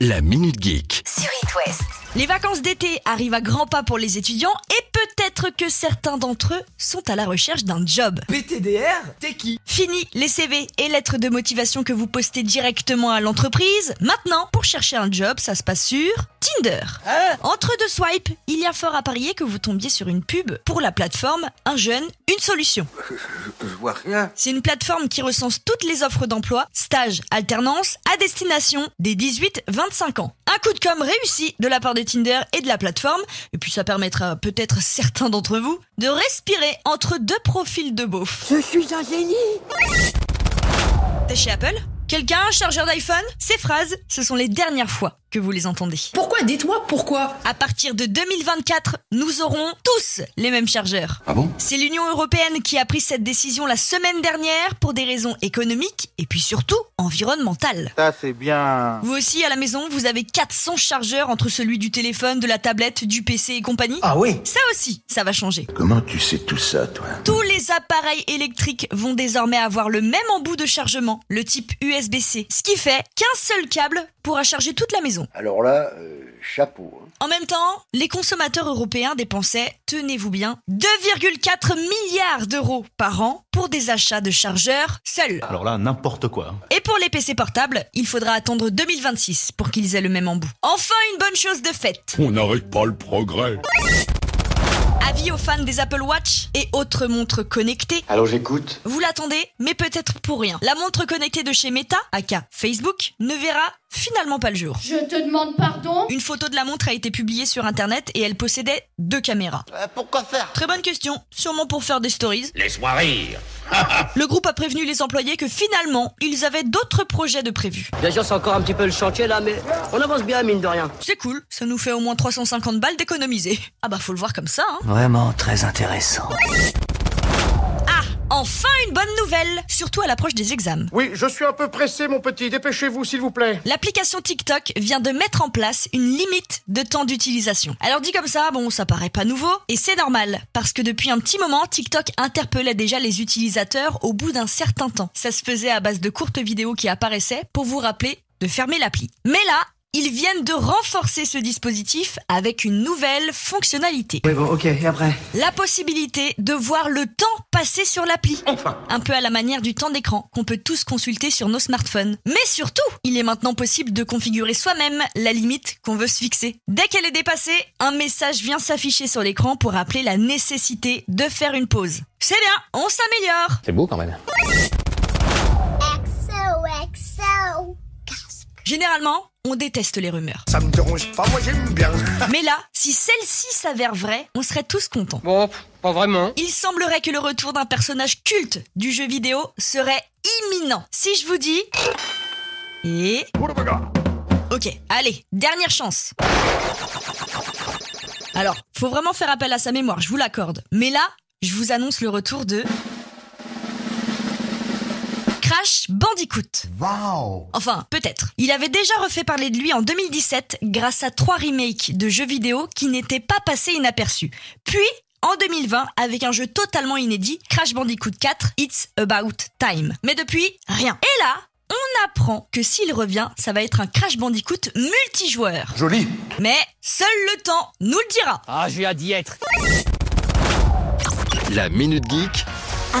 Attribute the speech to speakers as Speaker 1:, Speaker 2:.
Speaker 1: La Minute Geek.
Speaker 2: sur It West.
Speaker 3: Les vacances d'été arrivent à grands pas pour les étudiants et peut-être que certains d'entre eux sont à la recherche d'un job.
Speaker 4: PTDR, t'es qui
Speaker 3: Fini les CV et lettres de motivation que vous postez directement à l'entreprise. Maintenant, pour chercher un job, ça se passe sur Tinder. Entre deux swipes, il y a fort à parier que vous tombiez sur une pub pour la plateforme Un jeune, une solution.
Speaker 4: Je vois rien.
Speaker 3: C'est une plateforme qui recense toutes les offres d'emploi, stages, alternances, à destination des 18-25 ans. Un coup de com' réussi de la part de Tinder et de la plateforme, et puis ça permettra peut-être à certains d'entre vous de respirer entre deux profils de beauf. Je suis un génie T'es chez Apple Quelqu'un un chargeur d'iPhone Ces phrases, ce sont les dernières fois que vous les entendez.
Speaker 5: Pourquoi Dites-moi pourquoi.
Speaker 3: À partir de 2024, nous aurons tous les mêmes chargeurs.
Speaker 4: Ah bon
Speaker 3: C'est l'Union européenne qui a pris cette décision la semaine dernière pour des raisons économiques et puis surtout environnementales.
Speaker 6: Ça, c'est bien.
Speaker 3: Vous aussi, à la maison, vous avez 400 chargeurs entre celui du téléphone, de la tablette, du PC et compagnie
Speaker 4: Ah oui
Speaker 3: Ça aussi, ça va changer.
Speaker 4: Comment tu sais tout ça, toi
Speaker 3: Tous les appareils électriques vont désormais avoir le même embout de chargement, le type USB-C, ce qui fait qu'un seul câble pourra charger toute la maison.
Speaker 7: Alors là, euh, chapeau. hein.
Speaker 3: En même temps, les consommateurs européens dépensaient, tenez-vous bien, 2,4 milliards d'euros par an pour des achats de chargeurs seuls.
Speaker 8: Alors là, n'importe quoi. hein.
Speaker 3: Et pour les PC portables, il faudra attendre 2026 pour qu'ils aient le même embout. Enfin, une bonne chose de faite.
Speaker 1: On n'arrête pas le progrès.
Speaker 3: Avis aux fans des Apple Watch et autres montres connectées.
Speaker 7: Alors j'écoute.
Speaker 3: Vous l'attendez, mais peut-être pour rien. La montre connectée de chez Meta, aka Facebook, ne verra finalement pas le jour.
Speaker 9: Je te demande pardon
Speaker 3: Une photo de la montre a été publiée sur internet et elle possédait deux caméras.
Speaker 6: pourquoi faire
Speaker 3: Très bonne question, sûrement pour faire des stories. Laisse-moi rire Le groupe a prévenu les employés que finalement, ils avaient d'autres projets de prévus.
Speaker 10: Bien sûr, c'est encore un petit peu le chantier là, mais on avance bien, mine de rien.
Speaker 3: C'est cool, ça nous fait au moins 350 balles d'économiser. Ah bah faut le voir comme ça, hein.
Speaker 10: Vraiment très intéressant.
Speaker 3: Ah Enfin une bonne nouvelle Surtout à l'approche des examens.
Speaker 6: Oui, je suis un peu pressé, mon petit. Dépêchez-vous, s'il vous plaît.
Speaker 3: L'application TikTok vient de mettre en place une limite de temps d'utilisation. Alors dit comme ça, bon, ça paraît pas nouveau, et c'est normal, parce que depuis un petit moment, TikTok interpellait déjà les utilisateurs au bout d'un certain temps. Ça se faisait à base de courtes vidéos qui apparaissaient pour vous rappeler de fermer l'appli. Mais là, ils viennent de renforcer ce dispositif avec une nouvelle fonctionnalité.
Speaker 10: Oui, bon, ok, et après
Speaker 3: La possibilité de voir le temps passé sur l'appli. Un peu à la manière du temps d'écran qu'on peut tous consulter sur nos smartphones. Mais surtout, il est maintenant possible de configurer soi-même la limite qu'on veut se fixer. Dès qu'elle est dépassée, un message vient s'afficher sur l'écran pour rappeler la nécessité de faire une pause. C'est bien, on s'améliore
Speaker 10: C'est beau quand même.
Speaker 9: XOXO
Speaker 3: Généralement, on déteste les rumeurs.
Speaker 4: Ça me dérange pas, moi j'aime bien.
Speaker 3: Mais là, si celle-ci s'avère vraie, on serait tous contents.
Speaker 10: Bon, pas vraiment.
Speaker 3: Il semblerait que le retour d'un personnage culte du jeu vidéo serait imminent. Si je vous dis... Et... Ok, allez, dernière chance. Alors, faut vraiment faire appel à sa mémoire, je vous l'accorde. Mais là, je vous annonce le retour de... Crash Bandicoot. Enfin, peut-être. Il avait déjà refait parler de lui en 2017 grâce à trois remakes de jeux vidéo qui n'étaient pas passés inaperçus. Puis, en 2020, avec un jeu totalement inédit, Crash Bandicoot 4, It's About Time. Mais depuis, rien. Et là, on apprend que s'il revient, ça va être un Crash Bandicoot multijoueur.
Speaker 4: Joli.
Speaker 3: Mais seul le temps nous le dira.
Speaker 10: Ah, j'ai hâte d'y être.
Speaker 1: La Minute Geek
Speaker 2: À